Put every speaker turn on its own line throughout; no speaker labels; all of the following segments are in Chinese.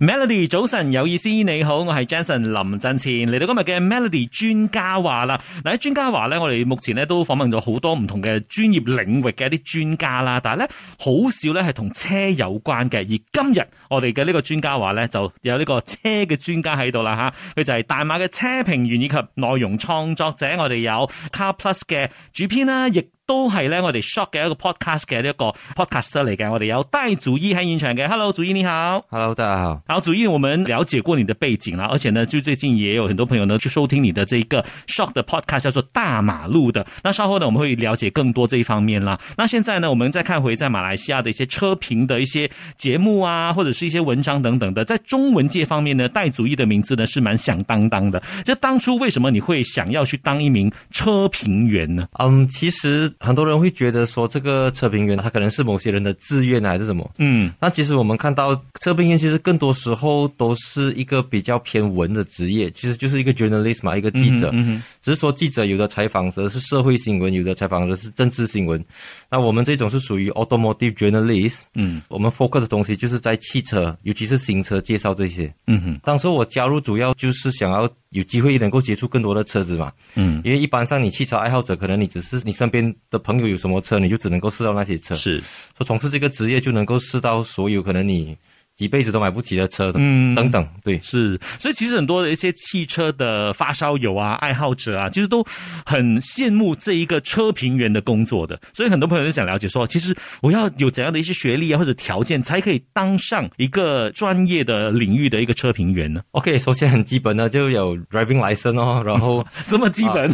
Melody 早晨有意思，你好，我係 Jason 林振前嚟到今日嘅 Melody 專家話啦。嗱喺專家話咧，我哋目前咧都訪問咗好多唔同嘅專業領域嘅一啲專家啦，但係咧好少咧係同車有關嘅。而今日我哋嘅呢個專家話咧，就有呢個車嘅專家喺度啦吓，佢就係大馬嘅車評員以及內容創作者，我哋有 Car Plus 嘅主編啦，亦都係咧我哋 Short 嘅一個 podcast 嘅呢一個 podcaster 嚟嘅。我哋有戴祖義喺現場嘅，Hello 祖義你好。
Hello，大家好。
好，主义，我们了解过你的背景啦，而且呢，就最近也有很多朋友呢去收听你的这一个 Shock 的 Podcast，叫做《大马路》的。那稍后呢，我们会了解更多这一方面啦。那现在呢，我们再看回在马来西亚的一些车评的一些节目啊，或者是一些文章等等的，在中文界方面呢，戴祖义的名字呢是蛮响当当的。就当初为什么你会想要去当一名车评员呢？
嗯、其实很多人会觉得说这个车评员他可能是某些人的志愿啊还是什么。
嗯
那其实我们看到车评员其实更多时候都是一个比较偏文的职业，其实就是一个 journalist 嘛，一个记者。
嗯哼
只是说记者有的采访则是社会新闻，有的采访则是政治新闻。那我们这种是属于 automotive journalist，
嗯
我们 focus 的东西就是在汽车，尤其是新车介绍这些。
嗯哼
当时我加入主要就是想要有机会能够接触更多的车子嘛，
嗯，
因为一般上你汽车爱好者，可能你只是你身边的朋友有什么车，你就只能够试到那些车。
是
说从事这个职业就能够试到所有可能你几辈子都买不起的车，
嗯
等等，对。
是，所以其实很多的一些汽车的发烧友啊、爱好者啊，其实都很羡慕这一个车评员的工作的。所以很多朋友就想了解说，其实我要有怎样的一些学历啊，或者条件，才可以当上一个专业的领域的一个车评员呢？
OK，首先很基本的就有 driving license 哦，然后
这么基本，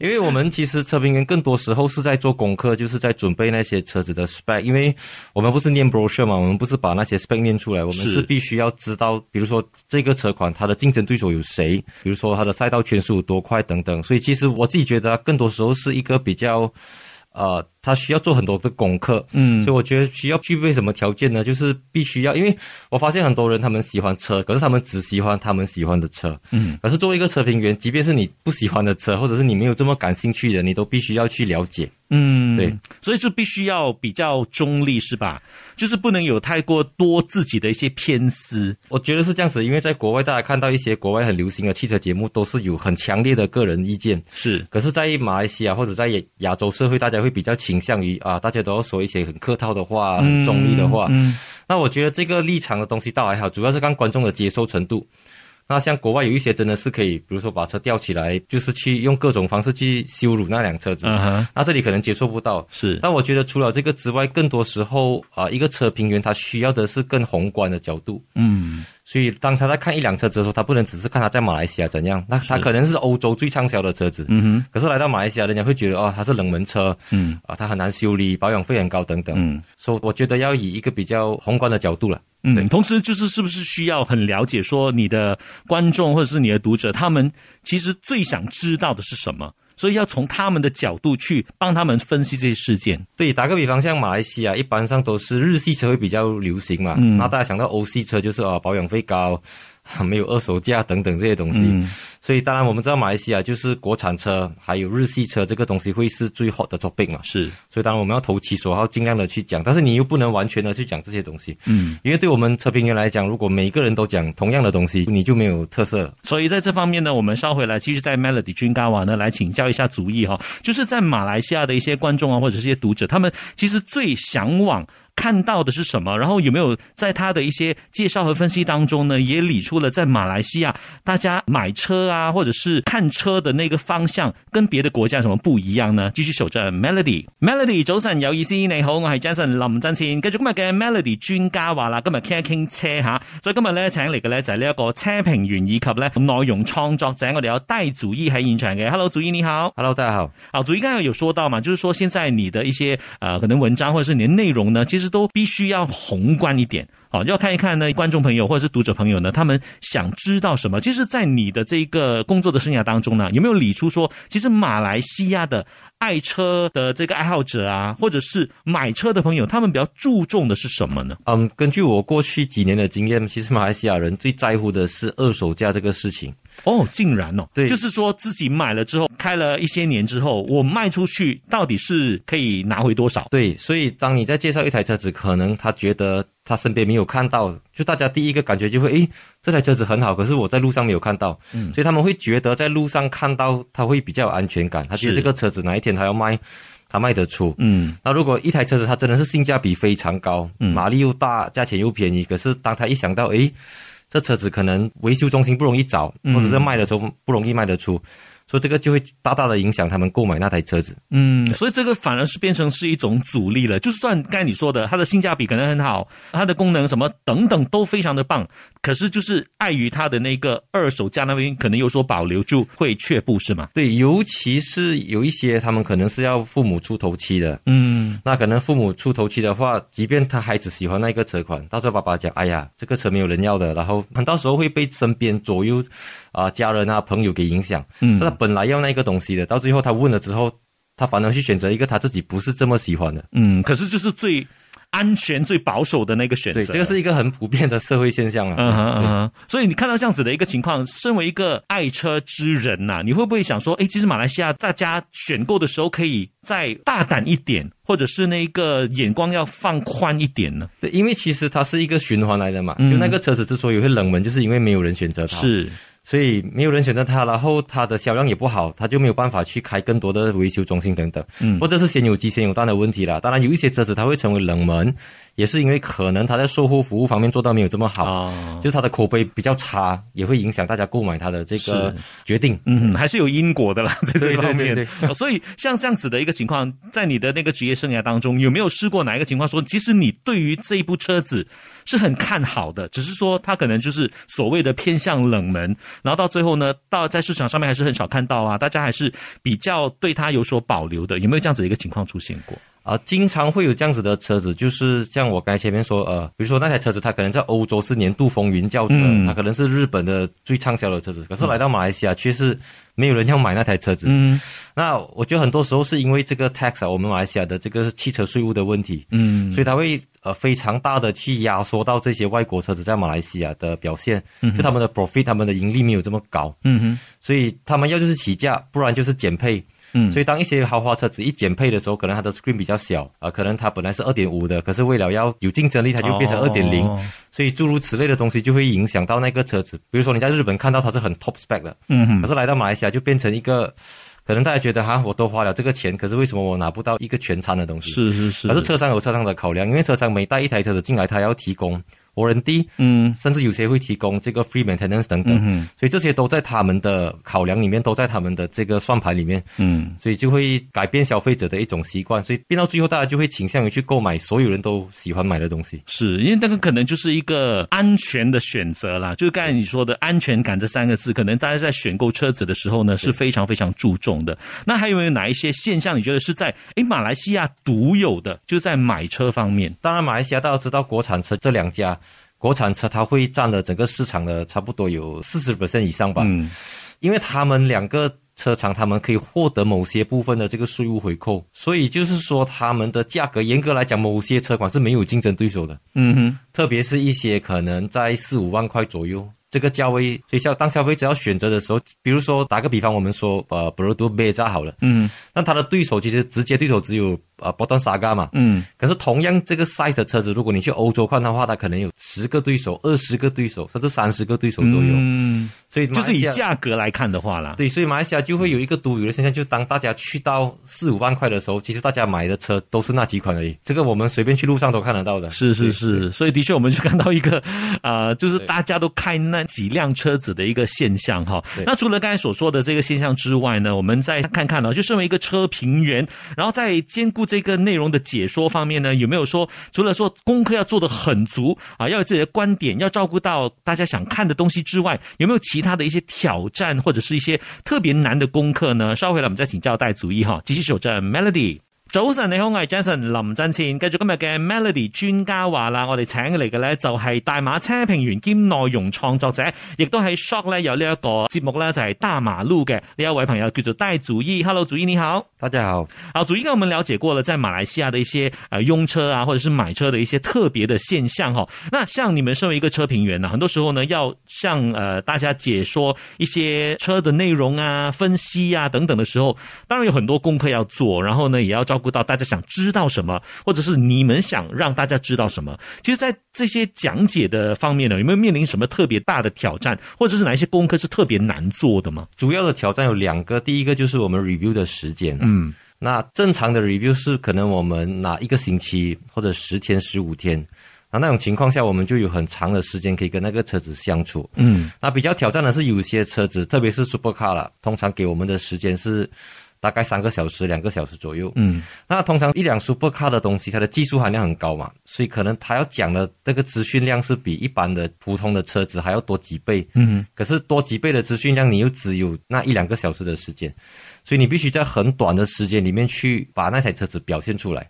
因为我们其实车评人更多时候是在做功课，就是在准备那些车子的 spec，因为我们不是念 brochure 嘛，我们不是把那些 spec 念出来，我们
是
是必须要知道，比如说这个车款它的竞争对手有谁，比如说它的赛道圈速有多快等等。所以其实我自己觉得，啊更多时候是一个比较。呃，他需要做很多的功课，嗯，所以我觉得需要具备什么条件呢？就是必须要，因为我发现很多人他们喜欢车，可是他们只喜欢他们喜欢的车，嗯，可是作为一个车评员，即便是你不喜欢的车，或者是你没有这么感兴趣的，你都必须要去了解，
嗯，
对，
所以就必须要比较中立，是吧？就是不能有太过多自己的一些偏私，
我觉得是这样子，因为在国外大家看到一些国外很流行的汽车节目，都是有很强烈的个人意见，
是，
可是，在马来西亚或者在亚亚洲社会，大家会比较倾向于啊，大家都要说一些很客套的话、很中立的话。
嗯
那我觉得这个立场的东西倒还好，主要是看观众的接受程度。那像国外有一些真的是可以，比如说把车吊起来，就是去用各种方式去羞辱那辆车子。
嗯哼，
那这里可能接受不到。
是，
但我觉得除了这个之外，更多时候啊、一个车评员他需要的是更宏观的角度。
嗯。
所以当他在看一辆车子的时候，他不能只是看他在马来西亚怎样，那他可能是欧洲最畅销的车子，嗯哼，可是来到马来西亚，人家会觉得哦，它是冷门车，
嗯，
啊，它很难修理，保养费很高等等，
嗯，
所以我觉得要以一个比较宏观的角度了。
嗯，同时就是是不是需要很了解说你的观众或者是你的读者，他们其实最想知道的是什么，所以要从他们的角度去帮他们分析这些事件。
对，打个比方，像马来西亚一般上都是日系车会比较流行嘛，嗯、那大家想到欧系车就是啊、保养费高， 没有二手价等等这些东西，所以当然我们知道马来西亚就是国产车还有日系车这个东西会是最 hot 的 topic 嘛，
是，
所以当然我们要投其所好，尽量的去讲，但是你又不能完全的去讲这些东西，嗯，因为对我们车评员来讲，如果每一个人都讲同样的东西，你就没有特色了。
所以在这方面呢，我们稍回来继续在 Melody 军咖瓦呢来请教一下主意哈，就是在马来西亚的一些观众啊，或者是一些读者，他们其实最向往看到的是什么？然后有没有在他的一些介绍和分析当中呢，也理出了在马来西亚大家买车啊，或者是看车的那个方向跟别的国家有什么不一样呢？继续守着 Melody，Melody 早晨有意思，你好，我係 Jason 林振前，繼續今日嘅 Melody 專家話啦，今日傾一傾車吓，所以今日咧請嚟嘅咧就係呢一個車評員以及咧內容創作者，我哋有戴祖義喺現場嘅，Hello 祖義你好。
Hello，大家好。
好，啊主一刚才有说到嘛，就是说现在你的一些呃可能文章或者是你的内容呢，其实都必须要宏观一点。好，要看一看呢，观众朋友或者是读者朋友呢，他们想知道什么？其实，在你的这个工作的生涯当中呢，有没有理出说，其实马来西亚的爱车的这个爱好者啊，或者是买车的朋友，他们比较注重的是什么呢？
嗯，根据我过去几年的经验，其实马来西亚人最在乎的是二手价这个事情。
哦，竟然哦，
对
就是说自己买了之后，开了一些年之后，我卖出去到底是可以拿回多少？
对，所以当你在介绍一台车子，可能他觉得他身边没有看到，就大家第一个感觉就会，诶，这台车子很好，可是我在路上没有看到，所以他们会觉得在路上看到他会比较有安全感，他觉得
是
这个车子哪一天他要卖，他卖得出。
嗯，
那如果一台车子它真的是性价比非常高，
嗯
马力又大，价钱又便宜，可是当他一想到，诶，这车子可能维修中心不容易找，
嗯
或者是卖的时候不容易卖得出，所以这个就会大大的影响他们购买那台车子。
嗯，所以这个反而是变成是一种阻力了。就算刚才你说的，它的性价比可能很好，它的功能什么等等都非常的棒，可是就是碍于它的那个二手价那边可能有所保留，就会却步，是吗？
对，尤其是有一些他们可能是要父母出头期的，
嗯，
那可能父母出头期的话，即便他孩子喜欢那个车款，到时候爸爸讲，哎呀，这个车没有人要的，然后很到时候会被身边左右啊、家人啊朋友给影响，
嗯
他本来要那个东西的，到最后他问了之后，他反而去选择一个他自己不是这么喜欢的。
嗯，可是就是最安全、最保守的那个选择。
对，这个是一个很普遍的社会现象啊。
嗯哼嗯哼，所以你看到这样子的一个情况，身为一个爱车之人呐、你会不会想说，诶，其实马来西亚大家选购的时候可以再大胆一点，或者是那个眼光要放宽一点呢？
对，因为其实它是一个循环来的嘛，
嗯
就那个车子之所以会冷门，就是因为没有人选择它。
是，
所以没有人选择它，然后它的销量也不好，它就没有办法去开更多的维修中心等等。嗯，或者是先有鸡先有蛋的问题啦。当然，有一些车子它会成为冷门，也是因为可能它在售后服务方面做到没有这么好，
哦
就是它的口碑比较差，也会影响大家购买它的这个
是
决定。
嗯，还是有因果的 啦，在这
对对
方面。
对
哦所以像这样子的一个情况，在你的那个职业生涯当中，有没有试过哪一个情况说，其实你对于这一部车子是很看好的，只是说它可能就是所谓的偏向冷门，然后到最后呢，到在市场上面还是很少看到啊，大家还是比较对它有所保留的，有没有这样子的一个情况出现过？
啊，经常会有这样子的车子，就是像我刚才前面说，呃，比如说那台车子，它可能在欧洲是年度风云轿车，
嗯
它可能是日本的最畅销的车子，可是来到马来西亚却是没有人要买那台车子。
嗯
那我觉得很多时候是因为这个 tax 啊，我们马来西亚的这个汽车税务的问题，
嗯
所以它会呃非常大的去压缩到这些外国车子在马来西亚的表现，就他们的 profit，他们的盈利没有这么高，
嗯哼
所以他们要就是起价，不然就是减配。
嗯
所以当一些豪华车子一减配的时候，可能它的 screen 比较小啊、可能它本来是二点五的，可是为了要有竞争力，它就变成二点零
哦，
所以诸如此类的东西就会影响到那个车子。比如说你在日本看到它是很 top spec 的，
嗯哼
可是来到马来西亚就变成一个，可能大家觉得哈，我都花了这个钱，可是为什么我拿不到一个全餐的东西？
是是是，
可是车商有车商的考量，因为车商每带一台车子进来，他要提供 warranty，
嗯
甚至有些会提供这个 free maintenance 等等，
嗯
所以这些都在他们的考量里面，都在他们的这个算盘里面，
嗯。
所以就会改变消费者的一种习惯，所以变到最后，大家就会倾向于去购买所有人都喜欢买的东西。
是因为那个可能就是一个安全的选择啦，就是刚才你说的安全感这三个字，可能大家在选购车子的时候呢是非常非常注重的。那还有没有哪一些现象你觉得是在诶马来西亚独有的，就是在买车方面？
当然，马来西亚大家知道，国产车这两家，国产车它会占了整个市场的差不多有四十 percent 以上吧。
嗯，
因为他们两个车厂，他们可以获得某些部分的这个税务回扣，所以就是说他们的价格，严格来讲，某些车款是没有竞争对手的，
嗯哼，
特别是一些可能在四五万块左右。这个价位，所以消当消费者要选择的时候，比如说打个比方，我们说呃，比如多贝扎好了，
嗯
那它的对手其实直接对手只有呃波顿沙嘎嘛，
嗯，
可是同样这个 size 的车子，如果你去欧洲看的话，它可能有十个对手、二十个对手，甚至三十个对手都有。
嗯，
所以
就
马来
是
西
以
亚
价格来看的话啦，
对，所以马来西亚就会有一个独有的现象，就是当大家去到四五万块的时候，其实大家买的车都是那几款而已。这个我们随便去路上都看得到的。
是是
对，
是，所以的确我们就看到一个，呃，就是大家都开那几辆车子的一个现象哈
对。
那除了刚才所说的这个现象之外呢，我们再看看呢，就身为一个车评员，然后在兼顾这个内容的解说方面呢，有没有说除了说功课要做的很足啊，要有自己的观点，要照顾到大家想看的东西之外，有没有其他的一些挑战或者是一些特别难的功课呢？稍回来我们再请教戴祖义哈，继续守着 Melody。早晨，你好，我係 Jason 林振前。繼續今日嘅 Melody 專家話啦，我哋請嚟嘅咧就係大馬車評員兼內容創作者，亦都喺 Shock 咧有呢一個節目咧就係大馬路嘅呢一位朋友叫做戴祖義。Hello，祖義你好。
大家好，
好，祖義剛才我們了解過了，在馬來西亞的一些呃用車啊，或者是買車的一些特別的現象哈。那像你們身為一個車評员呢，很多時候呢要向呃大家解说一些車的內容啊、分析啊等等的時候，當然有很多功課要做，然後呢也要照顧到大家想知道什麼，或者是你們想讓大家知道什麼。其實，在這些講解的方面呢，有沒有面臨什麼特別大的挑戰，或者是哪一些功課是特別難做的吗？
主要的挑战有两个，第一个就是我们 review 的时间，嗯，那正常的 review 是可能我们拿一个星期或者十天、十五天。那那种情况下，我们就有很长的时间可以跟那个车子相处。
嗯，
那比较挑战的是，有些车子，特别是 Super Car 啦，通常给我们的时间是大概三个小时、两个小时左右。
嗯，
那通常一辆 Super Car 的东西，它的技术含量很高嘛，所以可能它要讲的这个资讯量是比一般的普通的车子还要多几倍。
嗯，
可是多几倍的资讯量，你又只有那一两个小时的时间，所以你必须在很短的时间里面去把那台车子表现出来。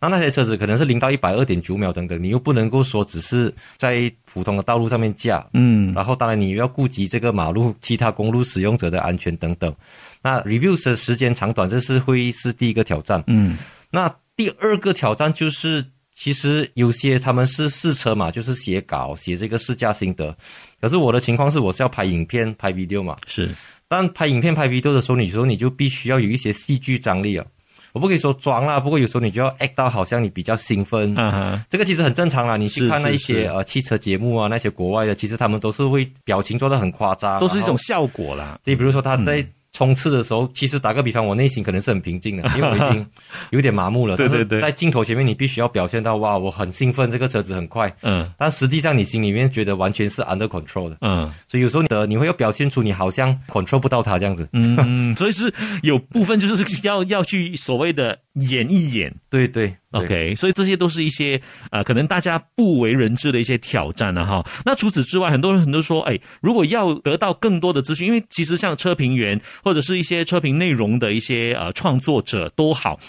那那些车子可能是零到一百二点九秒等等，你又不能够说只是在普通的道路上面驾，
嗯
然后当然你又要顾及这个马路其他公路使用者的安全等等。那 review 的时间长短，这是会是第一个挑战。
嗯
那第二个挑战就是，其实有些他们是试车嘛，就是写稿、写这个试驾心得。可是我的情况是，我是要拍影片、拍 video 嘛，
是
但拍影片、拍 video 的时候，你说你就必须要有一些戏剧张力啊。我不可以说装啦，不过有时候你就要 act 到好像你比较兴奋，
啊哈
这个其实很正常啦。你
是
去看那一些
是是
呃汽车节目啊，那些国外的，其实他们都是会表情做得很夸张，
都是一
然
种
后
效果啦。
对，比如说他在
嗯
冲刺的时候，其实打个比方，我内心可能是很平静 的，因为我已经有点麻木了。
对对
但
对
是在镜头前面，你必须要表现到哇，我很兴奋，这个车子很快。
嗯
但实际上，你心里面觉得完全是 under control 的，
嗯。
所以有时候你的你会要表现出你好像 control 不到它这样子。
嗯，所以是有部分就是要要去所谓的演一演
对对对
，OK，所以这些都是一些呃，可能大家不为人知的一些挑战了、哈。那除此之外，很多人都说，哎，如果要得到更多的资讯，因为其实像车评员或者是一些车评内容的一些呃创作者都好。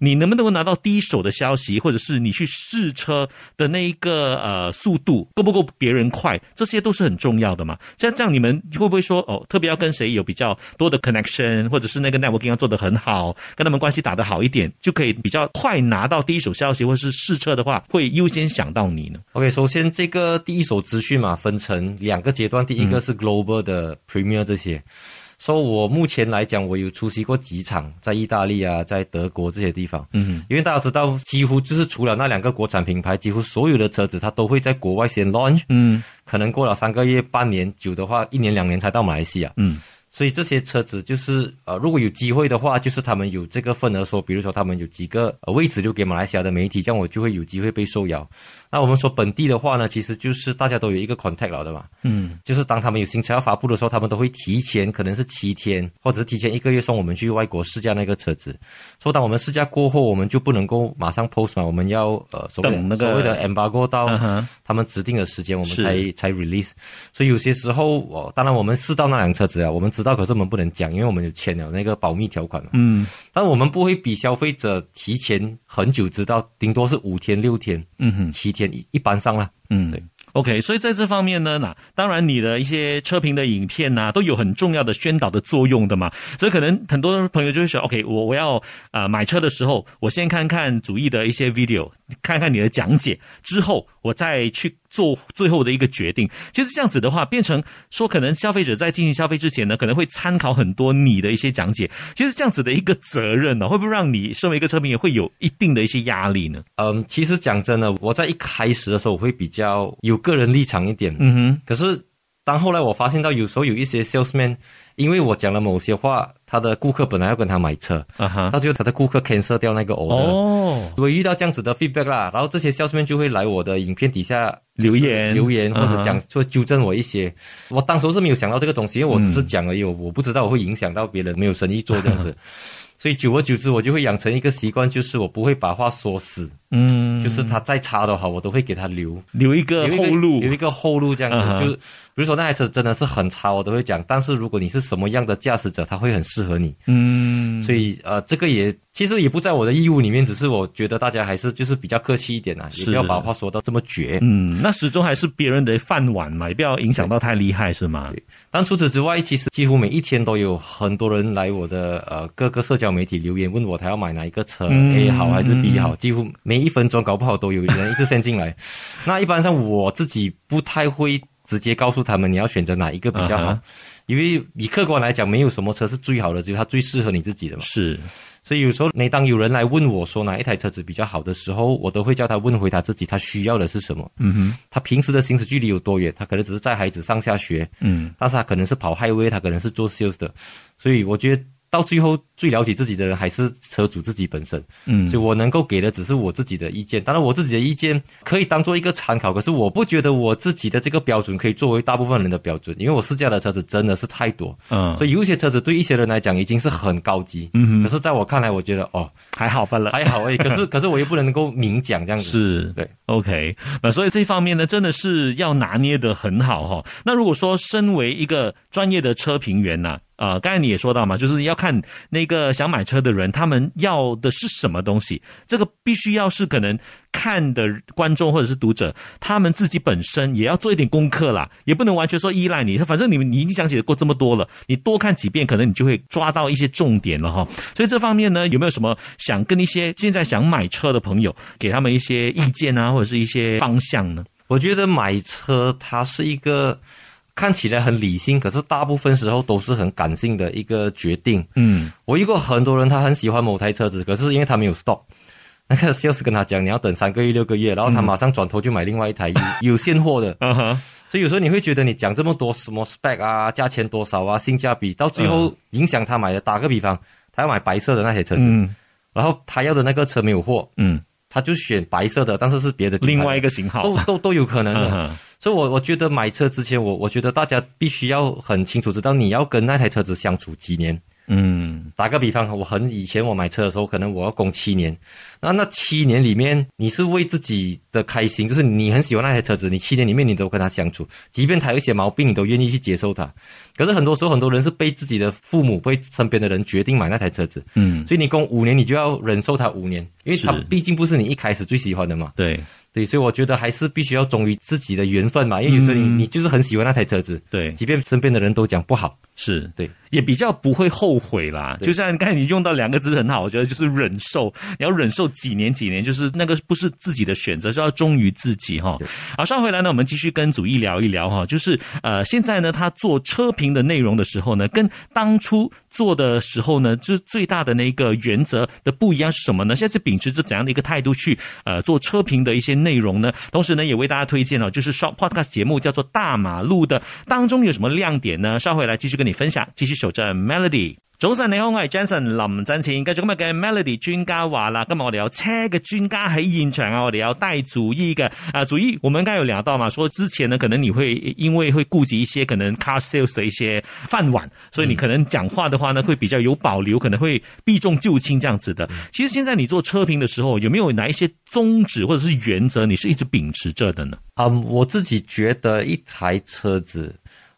你能不能够拿到第一手的消息，或者是你去试车的那一个呃速度够不够别人快，这些都是很重要的嘛。这样这样你们会不会说哦，特别要跟谁有比较多的 connection，或者是那个 networking 要做得很好，跟他们关系打得好一点，就可以比较快拿到第一手消息，或者是试车的话，会优先想到你呢？
OK，首先这个第一手资讯嘛，分成两个阶段，第一
嗯
个是 global 的 premier 这些。所、以我目前来讲，我有出席过几场，在意大利啊，在德国这些地方。
嗯，
因为大家知道，几乎就是除了那两个国产品牌，几乎所有的车子它都会在国外先 launch，
嗯
可能过了三个月、半年，久的话一年两年才到马来西亚。
嗯
所以这些车子就是呃，如果有机会的话，就是他们有这个份额说，比如说他们有几个、呃、位置留给马来西亚的媒体，这样我就会有机会被受邀。那我们说本地的话呢，其实就是大家都有一个 contact 了的嘛，
嗯
就是当他们有新车要发布的时候，他们都会提前可能是七天，或者是提前一个月送我们去外国试驾那个车子。所以当我们试驾过后，我们就不能够马上 post 嘛，我们要呃所谓的
等那个
所谓的 embargo 到
嗯哼
他们指定的时间，我们
是
才才 release。所以有些时候，我、当然我们试到那辆车子啊，我们知道，可是我们不能讲，因为我们有签了那个保密条款嘛。
嗯
但我们不会比消费者提前很久知道，顶多是五天、六天、
嗯哼
七天一一般上啦。
嗯，
对。
OK，所以在这方面呢，那当然你的一些车评的影片呐、都有很重要的宣导的作用的嘛。所以可能很多朋友就会说，OK，我我要呃买车的时候，我先看看主义的一些 video，看看你的讲解，之后我再去做最后的一个决定。其实这样子的话，变成说可能消费者在进行消费之前呢，可能会参考很多你的一些讲解。其实这样子的一个责任呢、会不会让你身为一个车评也会有一定的一些压力呢？
嗯，其实讲真的，我在一开始的时候，我会比较有个人立场一点。
嗯哼，
可是当后来我发现到，有时候有一些 salesman，因为我讲了某些话，他的顾客本来要跟他买车，
啊哈，
到最后他的顾客 cancel 掉那个 order。
哦，
我遇到这样子的 feedback 啦，然后这些 salesman 就会来我的影片底下
留言
留言或
嗯哼
者讲说纠正我一些。我当时候是没有想到这个东西，因为我只是讲而已，我我不知道我会影响到别人 没有生意做这样子。所以久而久之，我就会养成一个习惯，就是我不会把话说死。
嗯，
就是他再差的话，我都会给他留
留一个
留一
后
个
路
留一个后路这样子。
嗯哼
就是比如说那台车真的是很差，我都会讲。但是如果你是什么样的驾驶者，他会很适合你。
嗯，
所以呃，这个也其实也不在我的义务里面，只是我觉得大家还是就是比较客气一点啊，也
是
不要把话说到这么绝。
嗯，那始终还是别人的饭碗嘛，也不要影响到太厉害，是吗？
但除此之外，其实几乎每一天都有很多人来我的呃各个社交媒体留言，问我他要买哪一个车、
嗯
a 好还是
嗯
B 好，几乎每一分钟搞不好都有人一直先进来。那一般上我自己不太会直接告诉他们你要选择哪一个比较好
啊哈
因为以客观来讲，没有什么车是最好的，只有它最适合你自己的嘛。
是，
所以有时候每当有人来问我说哪一台车子比较好的时候，我都会叫他问回他自己，他需要的是什么。
嗯哼，
他平时的行驶距离有多远？他可能只是载孩子上下学，
嗯，
但是他可能是跑 highway，他可能是做 sales 的。所以我觉得到最后最了解自己的人还是车主自己本身。
嗯
所以我能够给的只是我自己的意见，当然我自己的意见可以当做一个参考，可是我不觉得我自己的这个标准可以作为大部分人的标准，因为我试驾的车子真的是太多。
嗯，
所
以
以有一些车子对一些人来讲已经是很高级，
嗯哼
可是在我看来，我觉得哦
还好罢了。
还好而已。可 是可是我又不能够明讲这样子，
是，
对
，OK，那所以这方面呢，真的是要拿捏的很好哈、那如果说身为一个专业的车评员呢、呃，刚才你也说到嘛，就是要看那个想买车的人，他们要的是什么东西，这个必须要是可能看的观众或者是读者，他们自己本身也要做一点功课啦，也不能完全说依赖你，反正你们你已经讲解过这么多了，你多看几遍，可能你就会抓到一些重点了哈、所以这方面呢，有没有什么想跟一些现在想买车的朋友，给他们一些意见啊，或者是一些方向呢？
我觉得买车它是一个看起来很理性，可是大部分时候都是很感性的一个决定。
嗯，
我遇过很多人，他很喜欢某台车子，可是因为他没有 stock。那个 sales 跟他讲，你要等三个月、六个月，然后他马上转头就买另外一台有有现货的，
啊哈，
所以有时候你会觉得你讲这么多什么 spec 啊、价钱多少啊、性价比，到最后影响他买的。打个比方，他要买白色的那台车子，
嗯
然后他要的那个车没有货，
嗯，
他就选白色的，但是是别的品牌的
另外一个型号，
都都都有可能的。
嗯哼
所以我，我觉得买车之前，我我觉得大家必须要很清楚知道你要跟那台车子相处几年。
嗯
打个比方，我很以前我买车的时候，可能我要供七年，那那七年里面，你是为自己的开心，就是你很喜欢那台车子，你七年里面你都跟他相处，即便他有一些毛病，你都愿意去接受他。可是很多时候，很多人是被自己的父母、被身边的人决定买那台车子，
嗯，
所以你供五年，你就要忍受他五年，因为他
是
毕竟不是你一开始最喜欢的嘛。
对
对，所以我觉得还是必须要忠于自己的缘分嘛，因为有时候你、
嗯
你就是很喜欢那台车子，
对
即便身边的人都讲不好，
是。
对，
也比较不会后悔啦。
对
就像刚才你用到两个字很好，我觉得就是忍受，你要忍受几年几年，就是那个不是自己的选择，是要忠于自己哈。好，上回来呢，我们继续跟祖义聊一聊哈，就是呃，现在呢，他做车评的内容的时候呢，跟当初做的时候呢，就是最大的那个原则的不一样是什么呢？现在是秉持着怎样的一个态度去呃做车评的一些内容呢？同时呢，也为大家推荐哦，就是 Short Podcast 节目叫做《大马路》的，当中有什么亮点呢？稍回来继续跟你分享，继续守着 Melody。早晨，你好，我系 Jason 林振前。繼續今日嘅 Melody 專家話啦，今日我哋有車嘅專家喺現場啊，我哋有戴祖義嘅啊，祖義，我們剛才有聊到嘛，說之前呢，可能你會因為會顧及一些可能 car sales 的一些飯碗，所以你可能講話的話呢，會比較有保留，可能會避重就轻這樣子的。其實現在你做車評的時候，有沒有哪一些宗旨或者是原則，你是一直秉持着的呢？
嗯、我自己觉得一台车子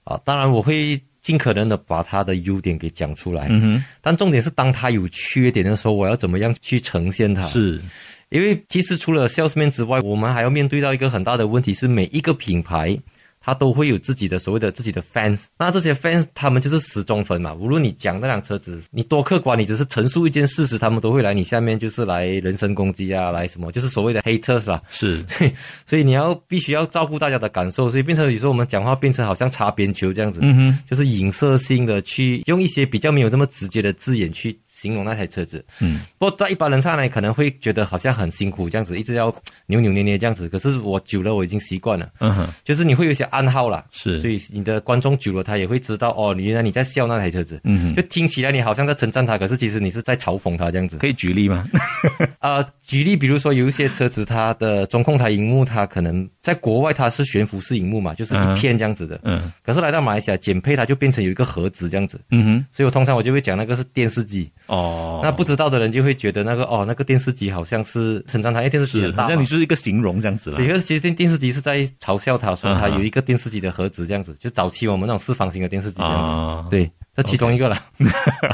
啊，当然我会尽可能的把它的优点给讲出来，
嗯哼，
但重点是当它有缺点的时候，我要怎么样去呈现它？，
是，
因为其实除了 salesman 之外，我们还要面对到一个很大的问题是，每一个品牌。它都会有自己的所谓的自己的 fans，那这些 fans 他们就是死忠粉嘛。无论你讲那辆车子，你多客观，你只是陈述一件事实，他们都会来你下面就是来人身攻击啊，来什么，就是所谓的 haters 啦。
是，
所以你要必须要照顾大家的感受，所以变成有时候我们讲话变成好像擦边球这样子，
嗯哼，
就是影射性的去用一些比较没有那么直接的字眼去形容那台车子。
嗯，
不过在一般人上来可能会觉得好像很辛苦这样子，一直要扭扭捏捏这样子。可是我久了我已经习惯了，
嗯哼，
就是你会有一些暗号啦，
是
所以你的观众久了他也会知道哦，你原来你在笑那台车子，
嗯哼
就听起来你好像在称赞他，可是其实你是在嘲讽他这样子。
可以举例吗？
呃，举例，比如说有一些车子，它的中控台荧幕，它可能在国外它是悬浮式荧幕嘛，就是一片这样子的。
嗯
可是来到马来西亚，减配它就变成有一个盒子这样子，
嗯哼。
所以我通常我就会讲那个是电视机，
哦，
那不知道的人就会觉得那个哦，那个电视机好像是陈章台，因哎为电视机
是
很大
好
嘛
像你就是一个形容这样子啦
对，。可是其实哎电电视机是在嘲笑他，说他
嗯
有一个电视机的盒子这样子，就早期我们那种四方形的电视机这样子。
啊，
对，这其中一个啦。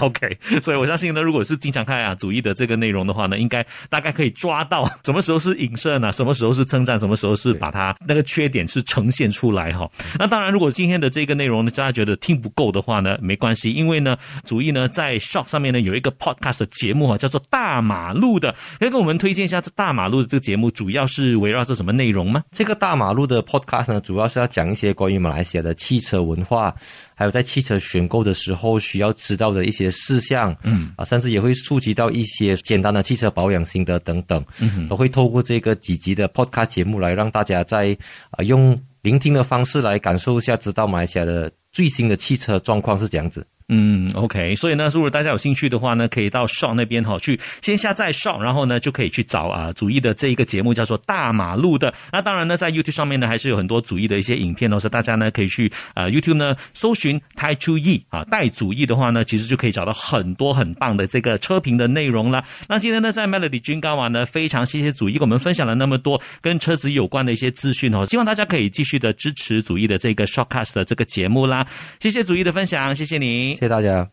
OK，所以我相信呢，如果是经常看啊主义的这个内容的话呢，应该大概可以抓到什么时候是影射呢，啊什么时候是称赞，什么时候是把它那个缺点是呈现出来哈。那当然，如果今天的这个内容呢，大家觉得听不够的话呢，没关系，因为呢，主义呢在 Shock 上面呢有一个 Podcast 的节目啊，叫做《大马路》的，可以给我们推荐一下这《大马路》的这个节目主要是围绕着什么内容吗？
这个大马路的 podcast 呢，主要是要讲一些关于马来西亚的汽车文化，还有在汽车选购的时候需要知道的一些事项，嗯，啊，甚至也会触及到一些简单的汽车保养心得等等，嗯，都会透过这个几集的 podcast 节目来让大家在啊、用聆听的方式来感受一下，知道马来西亚的最新的汽车状况是怎样子。
嗯，OK，所以呢，如果大家有兴趣的话呢，可以到 s h o p 那边哈、去先下载 s h o p 然后呢就可以去找啊主义的这一个节目叫做《大马路》的。那当然呢，在 YouTube 上面呢还是有很多主义的一些影片哦，所以大家呢可以去呃 YouTube 呢搜寻 Tai Chu Yi 啊，带主义的话呢，其实就可以找到很多很棒的这个车评的内容了。那今天呢，在 Melody 军干瓦呢，非常谢谢主义给我们分享了那么多跟车子有关的一些资讯哦，希望大家可以继续的支持主义的这个 Shortcast 的这个节目啦。谢谢主义的分享，谢谢你，
谢谢大家。